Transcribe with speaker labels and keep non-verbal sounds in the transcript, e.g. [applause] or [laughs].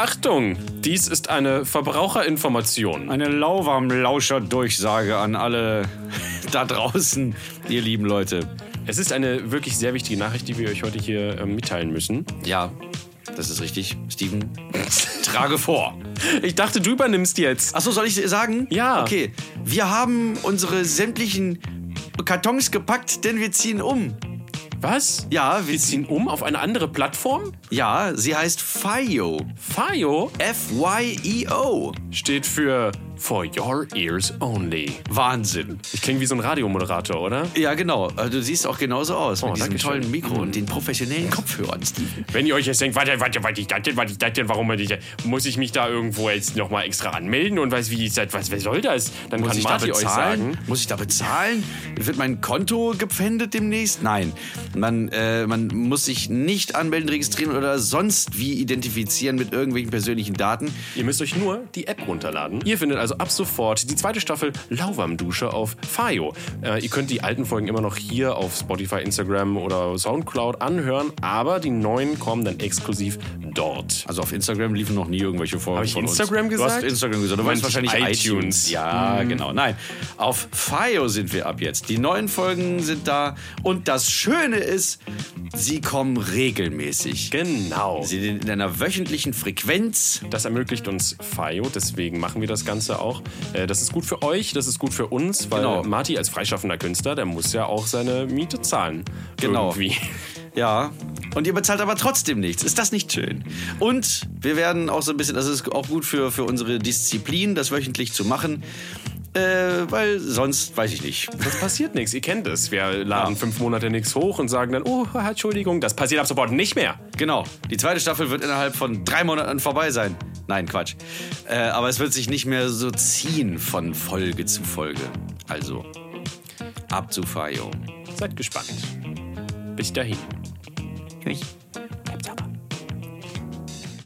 Speaker 1: Achtung, dies ist eine Verbraucherinformation.
Speaker 2: Eine Lauwarm-Lauscher-Durchsage an alle [laughs] da draußen, ihr lieben Leute.
Speaker 1: Es ist eine wirklich sehr wichtige Nachricht, die wir euch heute hier äh, mitteilen müssen.
Speaker 2: Ja, das ist richtig. Steven, trage vor.
Speaker 1: Ich dachte, du übernimmst jetzt.
Speaker 2: Achso, soll ich sagen?
Speaker 1: Ja.
Speaker 2: Okay, wir haben unsere sämtlichen Kartons gepackt, denn wir ziehen um.
Speaker 1: Was?
Speaker 2: Ja, wir
Speaker 1: Wir ziehen um auf eine andere Plattform?
Speaker 2: Ja, sie heißt FIO.
Speaker 1: FIO
Speaker 2: F-Y-E-O.
Speaker 1: steht für For Your Ears Only.
Speaker 2: Wahnsinn.
Speaker 1: Ich klinge wie so ein Radiomoderator, oder?
Speaker 2: Ja, genau. Also, du siehst auch genauso aus mit diesem
Speaker 1: Dankeschön.
Speaker 2: tollen Mikro und den professionellen Kopfhörern, Steven.
Speaker 1: Wenn ihr euch jetzt denkt, warte, warte, warte, ich dachte, warte, ich dachte, warum ich, muss ich mich da irgendwo jetzt nochmal extra anmelden und weiß, wie ich das, was, wer soll das? Dann
Speaker 2: Muss
Speaker 1: kann
Speaker 2: ich da
Speaker 1: Martin euch
Speaker 2: bezahlen?
Speaker 1: sagen.
Speaker 2: Muss ich da bezahlen? Wird mein Konto gepfändet demnächst? Nein. Man, äh, man muss sich nicht anmelden, registrieren oder sonst wie identifizieren mit irgendwelchen persönlichen Daten.
Speaker 1: Ihr müsst euch nur die App runterladen. Ihr findet also ab sofort die zweite Staffel Lauwarmdusche auf Fayo. Äh, ihr könnt die alten Folgen immer noch hier auf Spotify, Instagram oder Soundcloud anhören, aber die neuen kommen dann exklusiv dort.
Speaker 2: Also auf Instagram liefen noch nie irgendwelche Folgen
Speaker 1: Hab ich
Speaker 2: von
Speaker 1: Instagram
Speaker 2: uns.
Speaker 1: gesagt?
Speaker 2: Du hast Instagram gesagt. Du meinst
Speaker 1: Meinst
Speaker 2: wahrscheinlich
Speaker 1: iTunes. Mhm.
Speaker 2: iTunes. Ja, genau. Nein, auf FIO sind wir ab jetzt. Die neuen Folgen sind da. Und das Schöne ist, sie kommen regelmäßig.
Speaker 1: Genau.
Speaker 2: Sie sind in einer wöchentlichen Frequenz.
Speaker 1: Das ermöglicht uns FIO, deswegen machen wir das Ganze auch. Äh, Das ist gut für euch, das ist gut für uns, weil
Speaker 2: Genau.
Speaker 1: Marty als freischaffender Künstler, der muss ja auch seine Miete zahlen.
Speaker 2: Genau.
Speaker 1: Irgendwie.
Speaker 2: Ja. Und ihr bezahlt aber trotzdem nichts. Ist das nicht schön? Und wir werden auch so ein bisschen, das ist auch gut für, für unsere Disziplin, das wöchentlich zu machen. Äh, weil sonst weiß ich nicht.
Speaker 1: Das passiert nichts, ihr kennt es. Wir laden fünf Monate nichts hoch und sagen dann, oh, haha, Entschuldigung, das passiert ab sofort nicht mehr.
Speaker 2: Genau. Die zweite Staffel wird innerhalb von drei Monaten vorbei sein. Nein, Quatsch. Äh, aber es wird sich nicht mehr so ziehen von Folge zu Folge. Also, ab zu Fayo.
Speaker 1: Seid gespannt. Bis dahin.